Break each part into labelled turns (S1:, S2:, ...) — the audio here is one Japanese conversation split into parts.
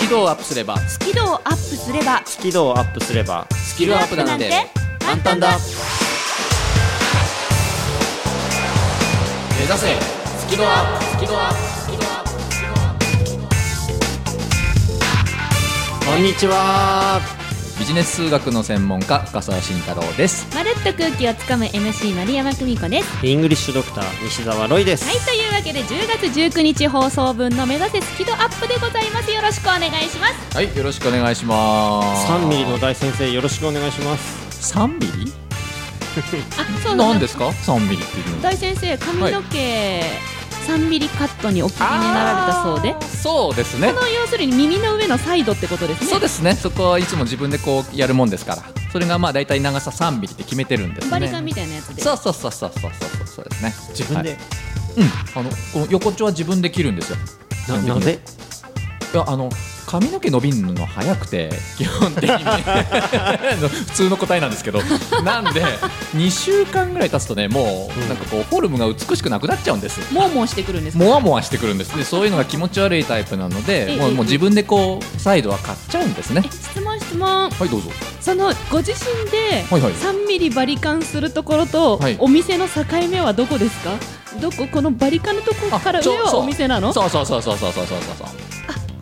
S1: キ度をアップすれば
S2: スキルをアップすれば
S3: スキルをアップすれば
S1: スキルアップなんて簡単だ目指せスキルアップスキルアップスキルアップスキルアッ
S3: こんにちは
S1: プビジネス数学の専門家深澤慎太郎です
S2: まるっと空気をつかむ MC 丸山久美子です
S3: イングリッシュドクター西澤ロイです、
S2: はいというわけで10月19日放送分の目指せスキルアップでございますよろしくお願いします
S1: はいよろしくお願いします
S3: 3ミリの大先生よろしくお願いします
S1: 3ミリ
S2: あそうだ
S1: 何ですか3ミリっていうの
S2: 大先生髪の毛3ミリカットにお気になられたそうで
S1: あーそうですね
S2: この要するに耳の上のサイドってことですね
S1: そうですねそこはいつも自分でこうやるもんですからそれがまあ大体長さ3ミリって決めてるんですね
S2: バリカンみたいなやつで
S1: そうそうそうそうそうそうそうですね
S3: 自分で、
S1: はいうんあのこの横丁は自分で切るんですよ
S3: ななぜ
S1: いやあの髪の毛伸びるの早くて基本的に あの普通の答えなんですけどなんで2週間ぐらい経つとねもうなんかこうフォルムが美しくなくなっちゃうんです
S2: モーモーしてくるんですか
S1: もわもわしてくるんですでそういうのが気持ち悪いタイプなの
S2: え
S1: で
S2: え
S1: もうもう自分でこうサイドは買っちゃうんですね
S2: え質問質
S1: は
S2: 問
S1: いどうぞ
S2: そのご自身で
S1: はいはい
S2: 3ミリバリカンするところと
S1: はい
S2: お店の境目はどこですかどここのバリカンのところから
S1: あちょ
S2: 上は
S1: そう
S2: お店なの
S1: そうそうそうそうそうそうそうそう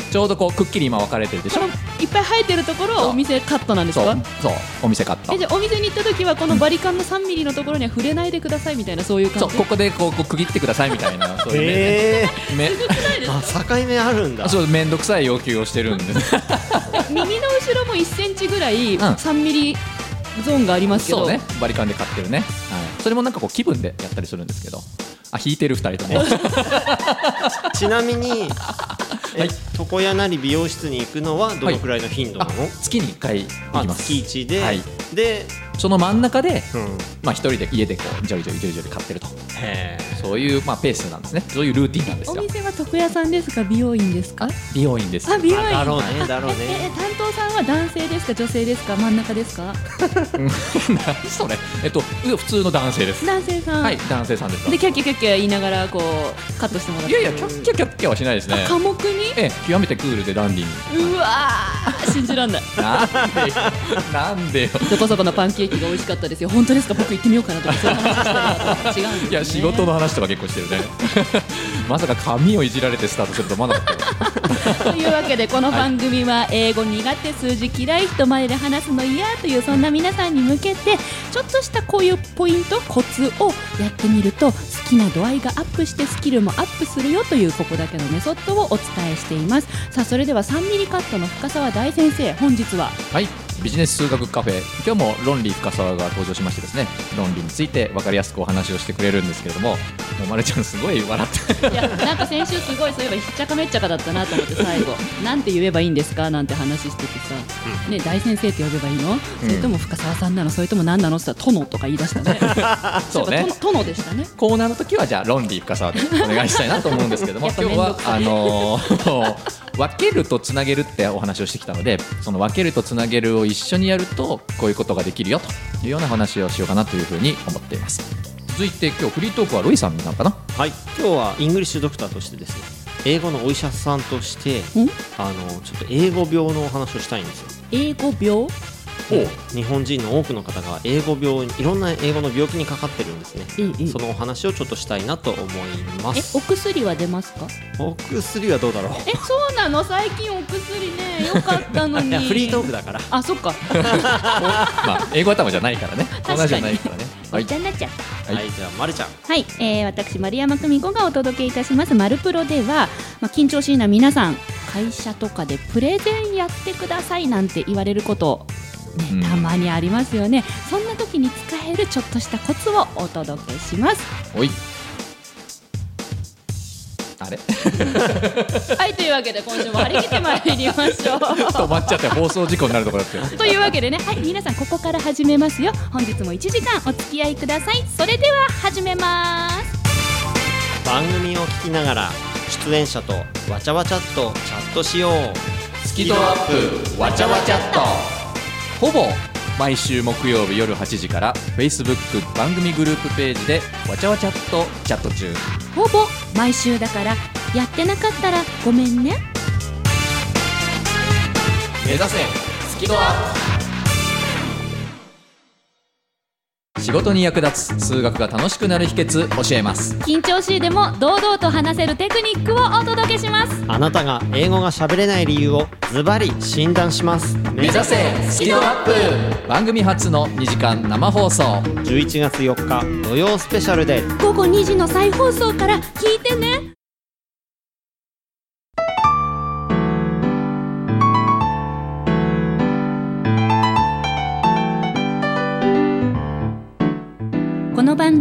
S1: ちょうどこうくっきり今分かれてるでしょ
S2: いっぱい生えてるところはお店カットなんです
S1: そう
S2: か
S1: そうお店買った
S2: えじゃあお店に行った時はこのバリカンの3ミリのところには触れないでくださいみたいなそういう
S1: そ
S2: 感
S1: う
S2: じ
S1: ここでこうこう区切ってくださいみたいなそういうね
S3: え
S1: め
S3: ー、あ境目あるんだ
S1: あそう面倒くさい要求をしてるんで
S2: 耳の後ろも1センチぐらい
S1: ん
S2: 3ミリゾーンがありますけ
S1: そ
S2: ど
S1: うねバリカンで買ってるね、はい、それもなんかこう気分でやったりするんですけどあ引いてる2人とも
S3: ちなみ に、え
S1: はい
S3: 床屋なり美容室に行くのはどのくらいの頻度な
S1: あ
S3: の、
S1: 月に1回行
S3: あ
S1: きます
S3: 月1で、
S1: はい
S3: で、
S1: その真ん中で
S3: うん、
S1: まあ一人で家でこうジョリジョリジョリジョリ買ってると
S3: へ
S1: そういうまあペースなんですねそういうルーティンなんです
S2: お
S1: よ
S2: 店は床屋さんですか美容院ですか
S1: 美容院です
S2: あ美容院
S3: だろうねだろう
S2: ええ
S3: ね
S2: 担当さんは男性ですか女性ですか真ん中ですか
S1: 何それえっと普通の男性です
S2: 男性さん、
S1: はい男性さんです
S2: でキャッキャキャッキャ言いながらこうカットしてもらっ
S1: いや
S2: て
S1: いやキャッキャキャッキャはしないですね
S2: 科目に
S1: ええ極めてクールでダンディーに
S2: うわー 信じらんない
S1: なんでよなんでよ
S2: そこそこのパンケーキが美味しかったですよ本当ですか僕行ってみようかなとかそういう話したら違うんですよ、ね、
S1: いや仕事の話とか結構してるね まさか髪をいじられてスタートすると思わなかったよ
S2: というわけでこの番組は英語苦手数字嫌い人前で話すの嫌というそんな皆さんに向けてちょっとしたこういうポイントコツをやってみると好きな度合いがアップしてスキルもアップするよというここだけのメソッドをお伝えしていますさあそれでは3ミリカットの深澤大先生本日は
S1: はいビジネス数学カフェ今日も論理深沢が登場しましてですね論理について分かりやすくお話をしてくれるんですけれどももうまるちゃんすごい笑って
S2: いやなんか先週すごいそういえばひっちゃかめっちゃかだったなと思って最 後なんて言えばいいんですかなんて話しててさ、ね、大先生って呼べばいいの、それとも深澤さんなのそれとも何なのって言ったら殿とか言い出したね
S1: そうね
S2: なんか殿殿でしたね
S1: コーナーの時はじゃあ論理深沢でお願いしたいなと思うんですけども
S2: やっぱ
S1: 今日はあのー 分けるとつなげるってお話をしてきたのでその分けるとつなげるを一緒にやるとこういうことができるよというような話をしようかなというふうに思っています続いて今日フリートークはロイさんなのか な
S3: はい今日はイングリッシュドクターとしてですね英語のお医者さんとして
S2: ん
S3: あのちょっと英語病のお話をしたいんですよ
S2: 英語病
S3: 日本人の多くの方が英語病にいろんな英語の病気にかかってるんですね
S2: いいいい
S3: そのお話をちょっとしたいなと思いま
S2: え
S3: す
S2: お薬は出ますか
S3: お薬はどうだろう
S2: えそうなの最近お薬ねよかったの
S3: い
S2: に
S3: やフリートークだから
S2: あそっか
S1: まあ英語頭じゃないからねコーナーじゃないからね
S2: お
S1: は
S2: っ
S1: い
S2: ちゃになっちゃった
S1: はい
S3: はいじゃあまるちゃん
S2: はい、えー私丸山久美子がお届けいたします「マルプロ」では、まあ、緊張しいな皆さん会社とかでプレゼンやってくださいなんて言われること、
S1: うん
S2: ね、たまにありますよね、そんな時に使えるちょっとしたコツをお届けします。
S1: おいあれ
S2: はいというわけで今週も張り切ってまいりましょう。
S1: 止まっちゃって放送事故になるところだって
S2: というわけでね、はい、皆さんここから始めますよ。本日も1時間お付き合いください。それでは始めます。
S3: 番組を聞きながら出演者とわちゃわちゃっとチャットしよう
S1: スキドアップわちゃわちゃっとほぼ毎週木曜日夜8時から Facebook 番組グループページでわちゃわちゃっとチャット中
S2: ほぼ毎週だからやってなかったらごめんね。
S1: 目指せスキドア仕事に役立つ数学が楽しくなる秘訣教えます
S2: 緊張しいでも堂々と話せるテクニックをお届けします
S3: あなたが英語が喋れない理由をズバリ診断します
S1: 目指せスキドアップ番組初の2時間生放送
S3: 11月4日土曜スペシャルで
S2: 午後2時の再放送から聞いてねこの番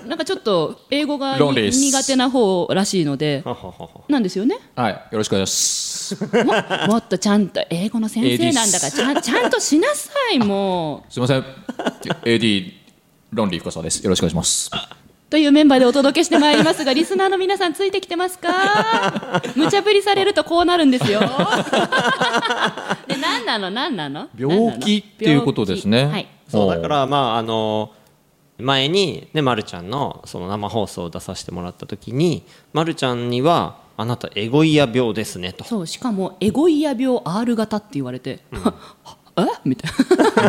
S4: なんかちょっと英語がに
S1: 論理です
S4: 苦手な方らしいので
S3: はははは
S4: なんですよね
S1: はいよろしくお願いします
S4: ももっとちゃんと英語の先生なんだからちゃんちゃんとしなさいも
S1: すいません AD ロンリー深澤ですよろしくお願いします
S4: うというメンバーでお届けしてまいりま すがリスナーの皆さんついてきてますか無茶ぶりされるとこうなる んですよで何なの何なの
S1: 病気っていうことですね、
S4: 病気はい
S3: そう
S1: お
S3: だからまああの前にねまるちゃんのその生放送を出させてもらった時にまるちゃんにはあなたエゴイア病ですねと
S4: そうしかもエゴイア病 R 型って言われて、 えみたい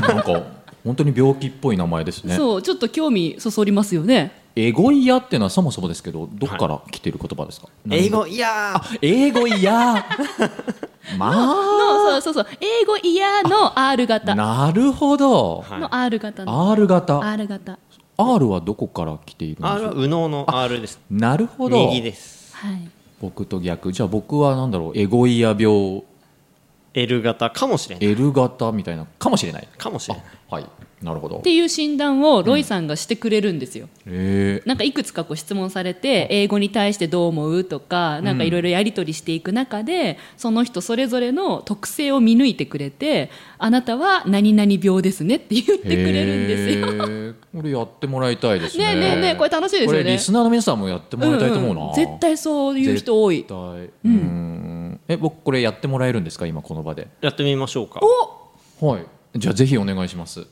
S1: なんか本当に病気っぽい名前です
S4: な、
S1: ね
S4: そうちょっと興味そそりますよね
S1: エゴイヤっていうのはそもそもですけどどっから来てる言葉ですか、
S3: 英語いやー
S1: 英語イヤ ーま
S4: のそうそうそう英語嫌の R
S1: あ
S4: 型の
S1: なるほど
S3: はい
S4: R 型の
S1: R 型
S4: R 型
S1: R はどこから来ているんでし
S3: R
S1: ょ
S3: は
S1: う
S3: 右脳の R です
S1: なるほど
S3: 右です
S4: はい
S1: 僕と逆じゃあ僕はなんだろうエゴイヤ病
S3: L 型かもしれない
S1: L 型みたいなかもしれない
S3: かもしれない
S1: あはいなるほど
S4: っていう診断をロイさんがしてくれるんですよ、
S1: えー
S4: なんかいくつかこう質問されて英語に対してどう思うとかなんかいろいろやり取りしていく中で、その人それぞれの特性を見抜いてくれてあなたは何々病ですねって言ってくれるんですよ。
S1: よこれやってもらいたいですね
S4: ねえねえねえこれ楽しいですよね
S1: これリスナーの皆さんもやってもらいたいと思うな、
S4: んん絶対そういう人多い
S1: 絶対うんえ僕これやってもらえるんですか今この場で
S3: やってみましょうか
S1: はいじゃあぜひお願いします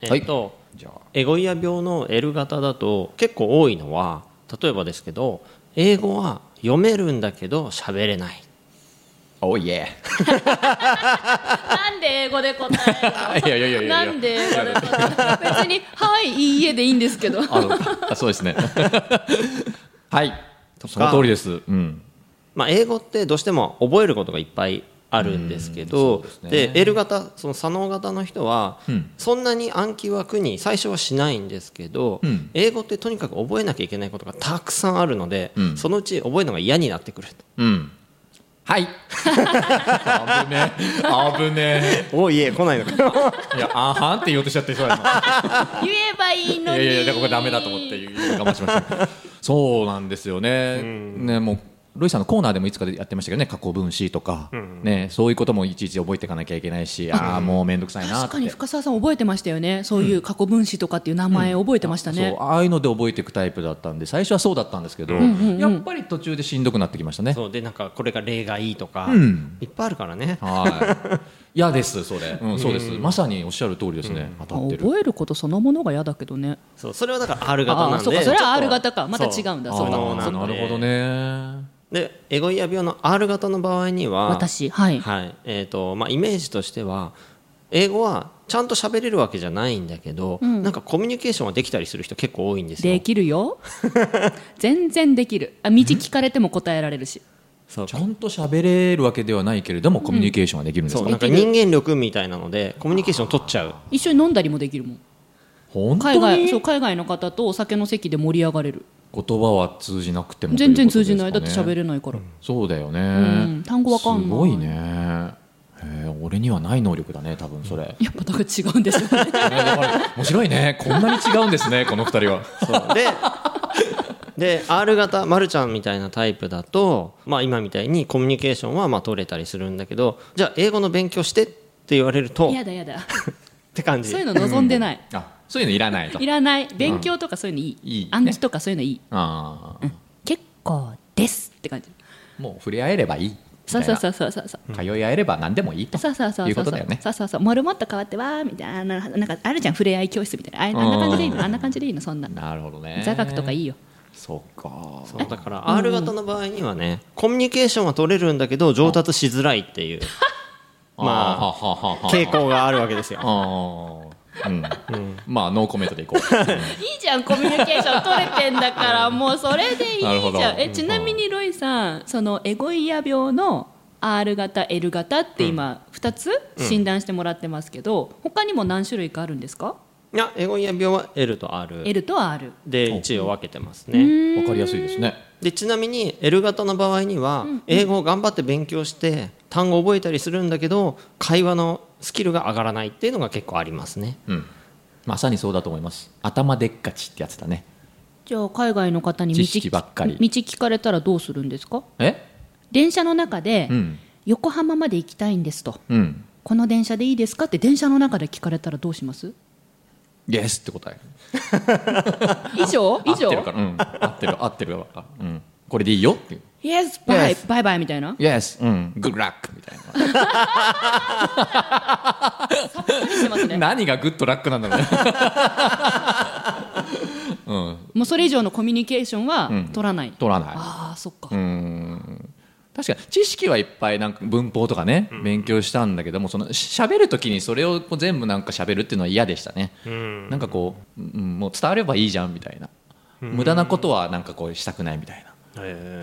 S3: えっと、
S1: じゃあ
S3: エゴイア病の L 型だと結構多いのは例えばですけど英語は読めるんだけど喋れない
S1: お いえ
S4: なんで英語で答える
S1: いやいやいやいや
S4: のなんで英語で答えるの別に「はいいいえ」でいいんですけど
S1: あそうかあそうですね はいその通りです、うん、
S3: まあ、英語ってどうしても覚えることがいっぱいあるんですけ
S1: うん
S3: ど
S1: そうです
S3: で
S1: ね
S3: L 型その左脳型の人は
S1: うん
S3: そんなに暗記は苦に最初はしないんですけど
S1: うん
S3: 英語ってとにかく覚えなきゃいけないことがたくさんあるので
S1: うん
S3: そのうち覚えるのが嫌になっ てくる
S1: うん、はい 危ねえ危ね
S3: おいえ来ないのか
S1: えいやあはんって言おうとしちゃってそうやな
S4: 言えばいいのに
S1: いやいやいやこれダメだと思って言う我慢しましたそうなんですよね,、ねもうロイさんのコーナーでもいつかでやってましたけどね過去分詞とか、ね、そういうこともいちいち覚えていかなきゃいけないし、ああもう面倒くさいなって
S4: 確かに深澤さん覚えてましたよねそういう過去分子とかっていう名前覚えてましたね、
S1: そうああいうので覚えていくタイプだったんで最初はそうだったんですけど、やっぱり途中でしんどくなってきましたね
S3: そうでなんかこれが例がいいとか
S1: ん
S3: いっぱいあるからね
S1: はい嫌ですそれ、うん、そうです、まさにおっしゃる通りですね、当たってる
S4: 覚えることそのものが嫌だけどね
S3: そうそれはだから R 型
S4: あ
S3: な
S4: あ
S3: んで
S4: そうかそれは R
S3: ちょっと
S4: 型かまた違うんだ
S1: あ
S4: そうだ
S3: そうな
S1: ー
S3: んで
S1: なるほどね
S3: でエゴイア病の R 型の場合には
S4: 私はい、
S3: はいえーとまあ、イメージとしては英語はちゃんと喋れるわけじゃないんだけど、なんかコミュニケーションはできたりする人結構多いんですよ
S4: できるよ 全然できるあ道聞かれても答えられるし
S3: そう
S1: ちゃんと喋れるわけではないけれどもコミュニケーションはできるんです
S3: そう
S1: か、
S3: なんか人間力みたいなのでコミュニケーション取っち ゃう
S4: 一緒に飲んだりもできるもん
S1: 本当
S4: 海
S1: に
S4: 外そう海外の方とお酒の席で盛り上がれる
S1: 言葉は通じなくても
S4: 全然通じないだって喋
S1: る
S4: れないから、
S1: そうだよね、
S4: うん単語わかんない
S1: すごいねへー俺にはない能力だね多分それ
S4: やっぱだから違うんですよね
S1: 面白いねこんなに違うんですねこの二人は
S3: そうでで R 型、ま、るちゃんみたいなタイプだと、まあ、今みたいにコミュニケーションはまあ取れたりするんだけどじゃあ英語の勉強してって言われると
S4: や
S3: っ
S4: だやだ
S3: て感じ
S4: そういうの望んでない、
S1: あそういうのいらないと
S4: いらない勉強とかそういうのいい,、
S1: うんいいね
S4: 暗記とかそういうのいい
S1: あー
S4: 結構ですって感じ
S1: もう触れ合えればいいみた
S4: そ
S1: いうな
S4: そうそうそうそうそう
S1: 通い合えれば何でもいいと
S4: そうそうそうそう
S1: いうことだよね
S4: そうそうそうモルモット変わってわーみたいなあのなんかあるじゃん触れ合い教室みたいなあれ
S1: ん
S4: あんな感じでいいのあんな感じでいいのそんな
S1: なるほどね
S4: 座学とかいい
S1: よ
S4: よ
S1: そっか
S3: そうだから R 型の場合にはねコミュニケーションは取れるんだけど上達しづらいっていうまあ
S1: はははは
S3: 傾向があるわけですよ
S1: あーうん、まあノーコメントでいこう、うん
S4: いいじゃんコミュニケーション取れてんだからもうそれでいいじ
S1: なるほど
S4: ゃんえちなみにロイさんそのエゴイア病の R 型 L 型って今2つ診断してもらってますけど、他にも何種類かあるんですか、
S3: いやエゴイア病は L と R
S4: ？L と R
S3: で一応分けてますね
S1: わかりやすいですね。
S3: でちなみに L 型の場合には英語を頑張って勉強して単語を覚えたりするんだけど会話のスキルが上がらないっていうのが結構ありますね
S1: うん。まさにそうだと思います。頭でっかちってやつだね。
S4: じゃあ海外の方に道
S1: 知識ばっかり
S4: 道聞かれたらどうするんですか
S1: え？
S4: 電車の中で
S1: うん
S4: 横浜まで行きたいんですと、
S1: うん。
S4: この電車でいいですかって電車の中で聞かれたらどうします
S1: イエスって答え。
S4: 以上以
S1: 合っ
S4: 上
S1: てるから。うん。合ってる合ってるから。うん。これでいいよっていう。
S4: イエスバイ
S1: Yes
S4: バイバイみたいな
S1: イエス。うん。グッラックみたい
S4: してます
S1: な。
S4: ね
S1: 何がグッドラックなんだろうね。
S4: もうそれ以上のコミュニケーションは取らない、
S1: 取らない。
S4: ああそっか、
S1: 確かに知識はいっぱいなんか文法とかね勉強したんだけどもそのし喋る時にそれをこう全部なんか喋るっていうのは嫌でしたね、なんかこう、うん、もう伝わればいいじゃんみたいな、無駄なことはなんかこうしたくないみたいな
S4: え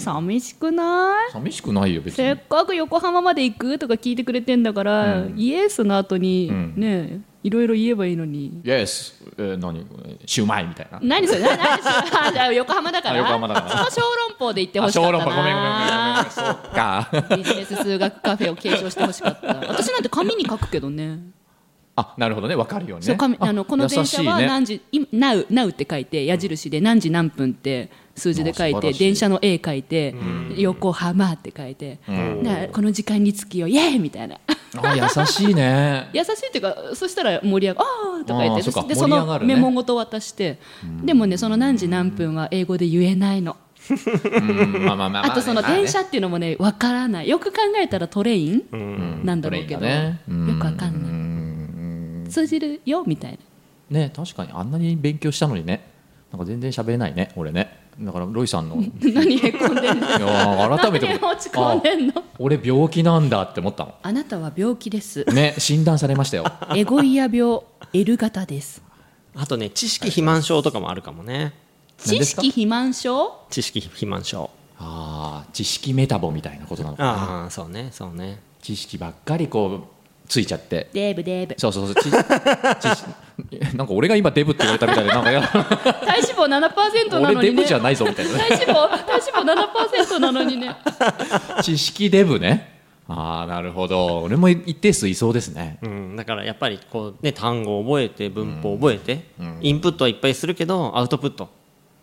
S4: ー、寂しくない
S1: 寂しくないよ別
S4: せっ
S1: に
S4: かく横浜まで行くとか聞いてくれてんだから、イエスの後に、
S1: ん
S4: ねいろいろ言えばいいのに
S1: イエス、えー、何シュウマイみたいな
S4: 何それ何 何それあじゃあ横浜だか
S1: あ
S4: ら
S1: 横浜だから
S4: そこ小籠包で行ってほ
S1: あ
S4: しかっ
S1: 小
S4: たな
S1: 籠包ごめんごめんごめんごめんごめんそうか
S4: ビジネス数学カフェを継承してほしかった私なんて紙に書くけどね
S1: あなるほどね分かるように
S4: そ
S1: ね
S4: う紙あのこの電車は何
S1: 時
S4: 時「い now, now」って書いて矢印で何時何分って数字で書い
S1: あ素晴
S4: て
S1: らしい
S4: 電車の A 書いて横浜って書いてだからこの時間に着きよイエーイみたいな
S1: あ優しいね
S4: 優しいっていうかそしたら盛り上がる「あー」とか言っ
S1: あー
S4: て
S1: そっか
S4: で
S1: 盛
S4: そ
S1: り上が
S4: の
S1: るね
S4: メモごと渡してでもねその何時何分は英語で言えないの。
S1: うんまあまあまあまあね
S4: あとその
S1: まあね
S4: 電車っていうのもねわからないよく考えたらトレインなんだろうけど
S1: トレインだねうん
S4: よくわかんない通じるよみたいな
S1: ね確かにあんなに勉強したのにねなんか全然喋れないね俺ねだからロイさんのい
S4: 何へこんでんの
S1: やー改めて
S4: 何落ち込んでんの
S1: あ俺病気なんだって思ったの
S4: あなたは病気です
S1: ね診断されましたよ
S4: エゴイア病 L 型です
S3: あとね知識肥満症とかもあるかもね
S1: 何
S4: 知
S1: ですか
S4: 識肥満症
S3: 知識肥満症
S1: ああ知識メタボみたいなことなのかな
S3: ああそうねそうね
S1: 知識ばっかりこうついちゃって
S4: デーブデーブ
S1: そうそうそう知 知識なんか俺が今デブって言われたみたいでなんかいや
S4: 体脂肪7%な
S1: 俺
S4: の
S1: デ
S4: に
S1: ブ
S4: ね
S1: じゃ
S4: 体
S1: ないぞみたいなね
S4: 脂肪体脂肪7%なのにね
S1: 知識デブねああなるほど俺も一定数いそうですね
S3: うん、だからやっぱりこう、ね、単語を覚えて文法を覚えて、インプットはいっぱいするけどアウトプット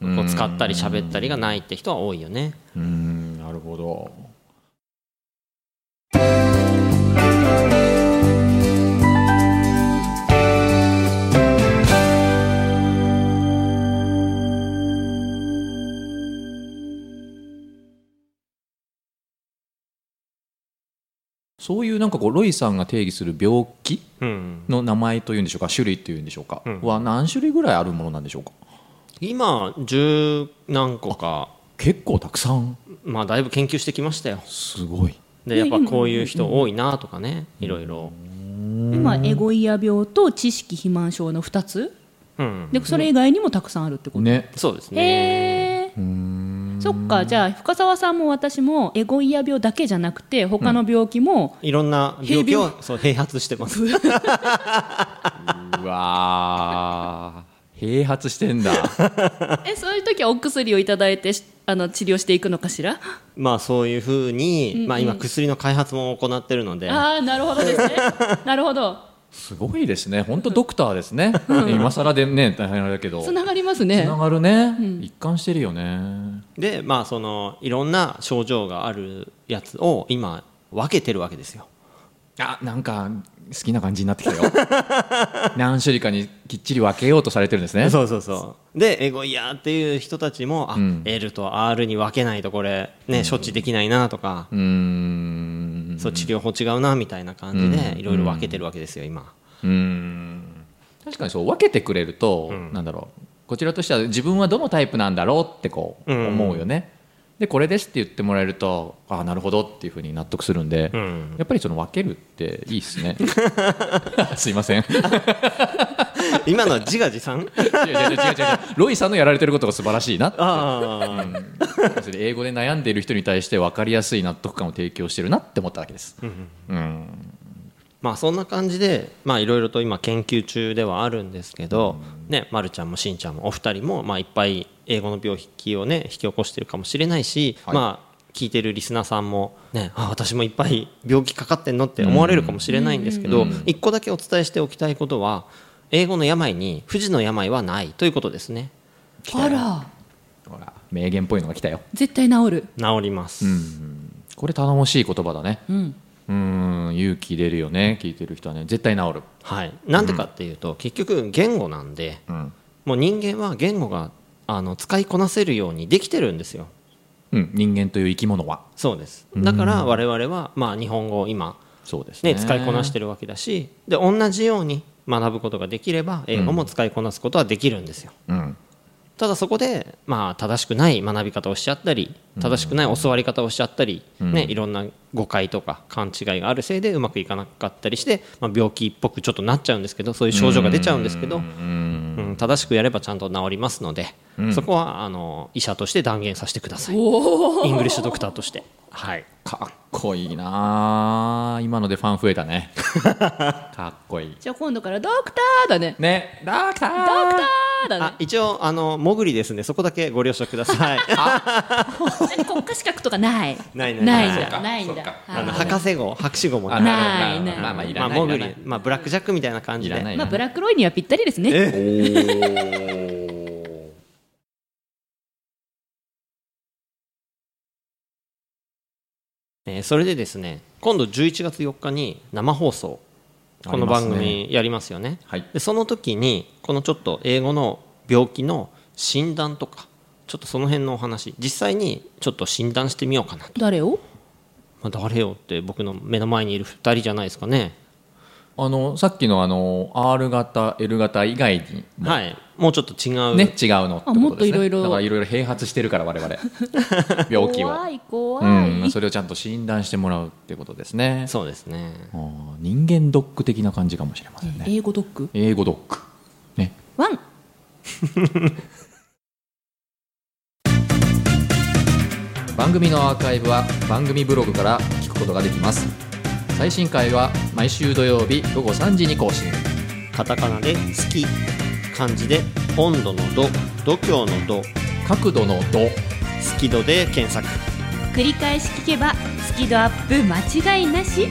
S3: こう使ったり喋ったりがないって人は多いよね。
S1: うーんなるほどそういうなんかこうロイさんが定義する病気
S3: うん、
S1: の名前というんでしょうか種類というんでしょうか、
S3: うん
S1: は何種類ぐらいあるものなんでしょうか
S3: 今十何個か
S1: 結構たくさん
S3: まあだいぶ研究してきましたよ。
S1: すごい
S3: でやっぱこういう人多いなとかねいろいろ。
S4: 今エゴイア病と知識肥満症の2つ
S3: うん、
S4: でそれ以外にもたくさんあるってこと、
S1: ね
S3: そうですね。
S4: へえそっかじゃあ深澤さんも私もエゴイア病だけじゃなくて他の病気も、
S3: いろんな病気をそう併発して ます。
S1: うわー併発してんだ
S4: えそういう時はお薬をいただいてしあの治療していくのかしら、
S3: まあそういうふうに、まあ今薬の開発も行ってるので、
S4: ああなるほどで すねなるほど
S1: すごいですね本当ドクターですね今更でね大変あれだけど
S4: つながります
S1: つ
S4: ね
S1: ながるね、一貫してるよね
S3: でまあそのいろんな症状があるやつを今分けてるわけですよ。
S1: あなんか好きな感じになってきたよ何種類かにきっちり分けようとされてるんですね
S3: そうそうそうでエゴイアーっていう人たちもあ、
S1: うん
S3: L と R に分けないとこれ、ね処置できないなとか、
S1: うーん
S3: そう治療法違うなみたいな感じで、
S1: うん
S3: いろいろ分けてるわけですよ今、
S1: うーん確かにそう分けてくれると、なんだろうこちらとしては自分はどのタイプなんだろうってこう
S3: うん
S1: 思うよね、でこれですって言ってもらえるとああなるほどっていうふうに納得するんで、
S3: うん
S1: やっぱりその分けるっていいですね すいません 違う
S3: 今のは自画 自
S1: 違
S3: 賛
S1: う違う違う違うロイさんのやられてることが素晴らしいな
S3: ああ
S1: それで英語で悩んでいる人に対して分かりやすい納得感を提供してるなって思ったわけです、うん
S3: まあそんな感じでまあいろいろと今研究中ではあるんですけど、ね、ま、るちゃんもしんちゃんもお二人も、まあ、いっぱい英語の病気をね引き起こしてるかもしれないし、
S1: はい
S3: まあ聞いてるリスナーさんも、ね、あ私もいっぱい病気かかってんのって思われるかもしれないんですけど、一個だけお伝えしておきたいことは英語の病に不治の病はないということですね
S4: あら
S1: ほら名言っぽいのが来たよ、
S4: 絶対治る
S3: 治ります、
S1: これ頼もしい言葉だね
S4: うん
S1: うん勇気出るよね聞いてる人はね絶対治る、
S3: はい、なんでかっていうと、結局言語なんで
S1: うん
S3: もう人間は言語があの使いこなせるようにできてるんですよ
S1: うん、人間という生き物は
S3: そうですだから我々は、まあ、日本語を今、
S1: そうですね
S3: ね、使いこなしてるわけだしで同じように学ぶことができれば英語も使いこなすことはできるんですよ、
S1: うん
S3: ただそこで、まあ、正しくない学び方をしちゃったり正しくない教わり方をしちゃったり、ね、いろんな誤解とか勘違いがあるせいでうまくいかなかったりして、まあ、病気っぽくちょっとなっちゃうんですけどそういう症状が出ちゃうんですけど、うん正しくやればちゃんと治りますので、そこはあの医者として断言させてくださいイングリッシュドクターとして。はい
S1: かっこいいなあ今のでファン増えたねかっこいい
S4: じゃあ今度からドクターだね
S1: ねダークター
S4: ドクターだ
S3: あ
S4: ね
S3: 一応あのもぐりですねそこだけご了承く ださい
S4: 何国家資格とかない
S3: ないない
S4: ない
S3: ない
S4: ん
S3: そう
S4: だないんだ
S1: そう
S3: あの
S4: はい
S3: 博士号博士号も
S1: あ
S3: ね
S4: ないない
S1: まあまあい
S3: ま
S1: ら
S3: あ
S1: ない
S3: もぐ
S1: いらな
S3: り
S1: い
S3: まあブラックジャックみたいな感じ
S1: い
S3: で
S1: らない
S4: まあブラックロイにはぴったりですね
S1: おー
S3: えーそれでですね今度11月4日に生放送この番
S1: ありますね
S3: 組やりますよね
S1: はい
S3: でその時にこのちょっと英語の病気の診断とかちょっとその辺のお話実際にちょっと診断してみようかなと、
S4: 誰を
S3: まあ、誰よって僕の目の前にいる2人じゃないですかね
S1: あのさっきのあの R 型 L 型以外にも
S3: はい、もうちょっと違う、
S1: ね、違うのってことですね
S4: あもっといろいろ
S1: だからいろいろ併発してるから我 々病気を
S2: 怖い怖い、
S1: うん、それをちゃんと診断してもらうってことですね
S3: そうですね
S1: あー人間ドック的な感じかもしれませんね、
S4: 英語ドック
S1: 英語ドックね
S2: ワン
S1: 番組のアーカイブは番組ブログから聞くことができます最新回は毎週土曜日午後3時に更新
S3: カタカナで「好き」漢字で「温度の度」「度胸の度」
S1: 角度の度
S3: 「好き度」で検索
S2: 繰り返し聞けばスキドアップ間違いなし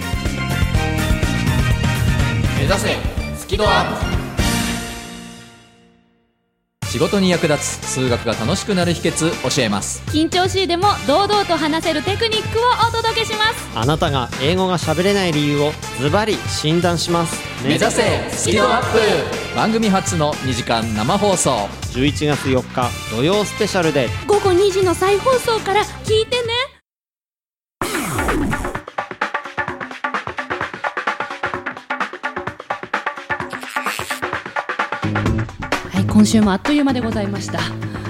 S1: 目指せスキドアップ仕事に役立つ数学が楽しくなる秘訣教えます
S2: 緊張しいでも堂々と話せるテクニックをお届けします
S3: あなたが英語が喋れない理由をズバリ診断します
S1: 目指せスキドアップ番組初の2時間生放送
S3: 11月4日土曜スペシャルで
S2: 午後2時の再放送から聞いてね
S4: はい今週もあっという間でございました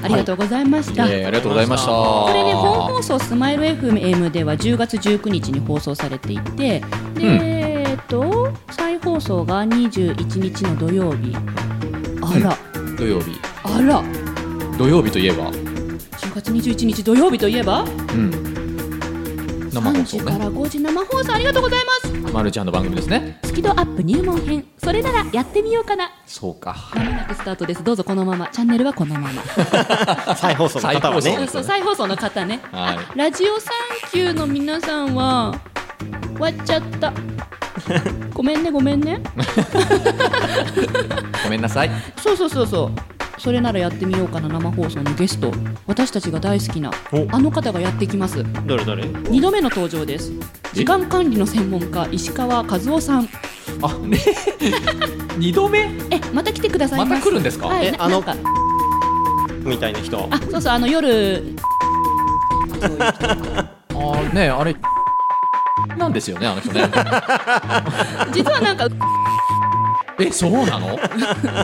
S4: ありがとうございました、
S1: えーありがとうございました
S3: こ
S4: これね本放送スマイル FM では10月19日に放送されていてで、えっと再放送が21日の土曜日あら、
S1: 土曜日
S4: あら
S1: 土曜日といえば
S4: 10月21日土曜日といえば
S1: うん生
S4: 3
S1: 放
S4: 時
S1: 送
S4: か
S1: ね
S4: ら5時生放送ありがとうございます
S1: まるちゃんの番組ですね
S4: スキドアップ入門編それならやってみようかな
S1: そうか
S4: まもなくスタートですどうぞこのままチャンネルはこのまま
S3: 再放送の方
S1: 再放
S3: はね
S1: 送
S4: そうそう再放送の方ね
S1: はい
S4: ラジオサンキューの皆さんは終わっちゃったごめんねごめんね
S1: ごめんなさい
S4: そうそうそうそうそれならやってみようかな生放送のゲスト私たちが大好きな
S3: お
S4: あの方がやってきます
S3: どれどれ
S4: 2度目の登場です時間管理の専門家石川和夫さん
S1: あね 二度目
S4: えまた来てください
S1: また来るんですか
S4: はい、
S3: え
S4: な
S3: あの
S4: なんか
S3: みたいな人
S4: あそうそうあの夜
S1: あーねあれなんですよねあの人 ね
S4: 実はなんか
S1: えそうなの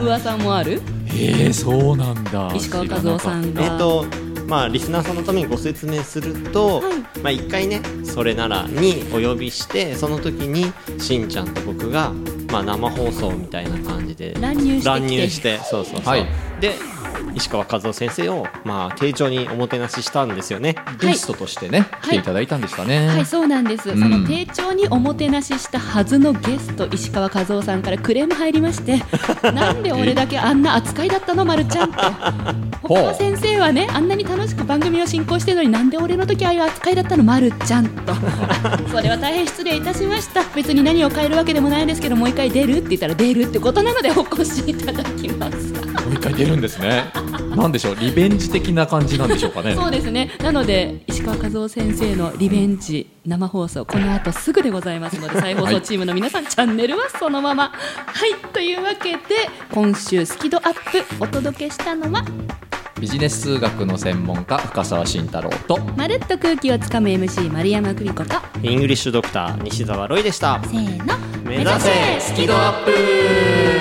S4: 噂もある
S1: えー、そうなんだ
S4: 石川和夫さんが
S3: えっとまあリスナーさんのためにご説明すると、
S4: はい
S3: まあ一回ね「それなら」にお呼びしてその時にしんちゃんと僕が、まあ、生放送みたいな感じで
S4: 乱入してきて
S3: 乱入してそうそうそう、
S1: はい
S3: で石川和夫先生を、まあ、丁重におもてなししたんですよね
S1: ゲストとしてね、来ていただいたんでしたね、
S4: はいそうなんです、
S1: ん
S4: その丁重におもてなししたはずのゲスト石川和夫さんからクレーム入りまして なんで俺だけあんな扱いだったのまるちゃんと
S1: ほう
S4: 他の先生はねあんなに楽しく番組を進行してるのになんで俺の時ああいう扱いだったのまるちゃ んとそれは大変失礼いたしました別に何を変えるわけでもないですけどもう一回出るって言ったら出るってことなのでお越しいただきました
S1: もう一回出るんですねなんでしょうリベンジ的な感じなんでしょうかね
S4: そうですね。なので石川和夫先生のリベンジ生放送この後すぐでございますので再放送チームの皆さん、チャンネルはそのままはいというわけで今週スキドアップお届けしたのは
S1: ビジネス数学の専門家深澤慎太郎と
S4: まるっと空気をつかむ MC 丸山久美子と
S3: イングリッシュドクター西澤ロイでした
S2: せーの
S3: 目指せスキドアップ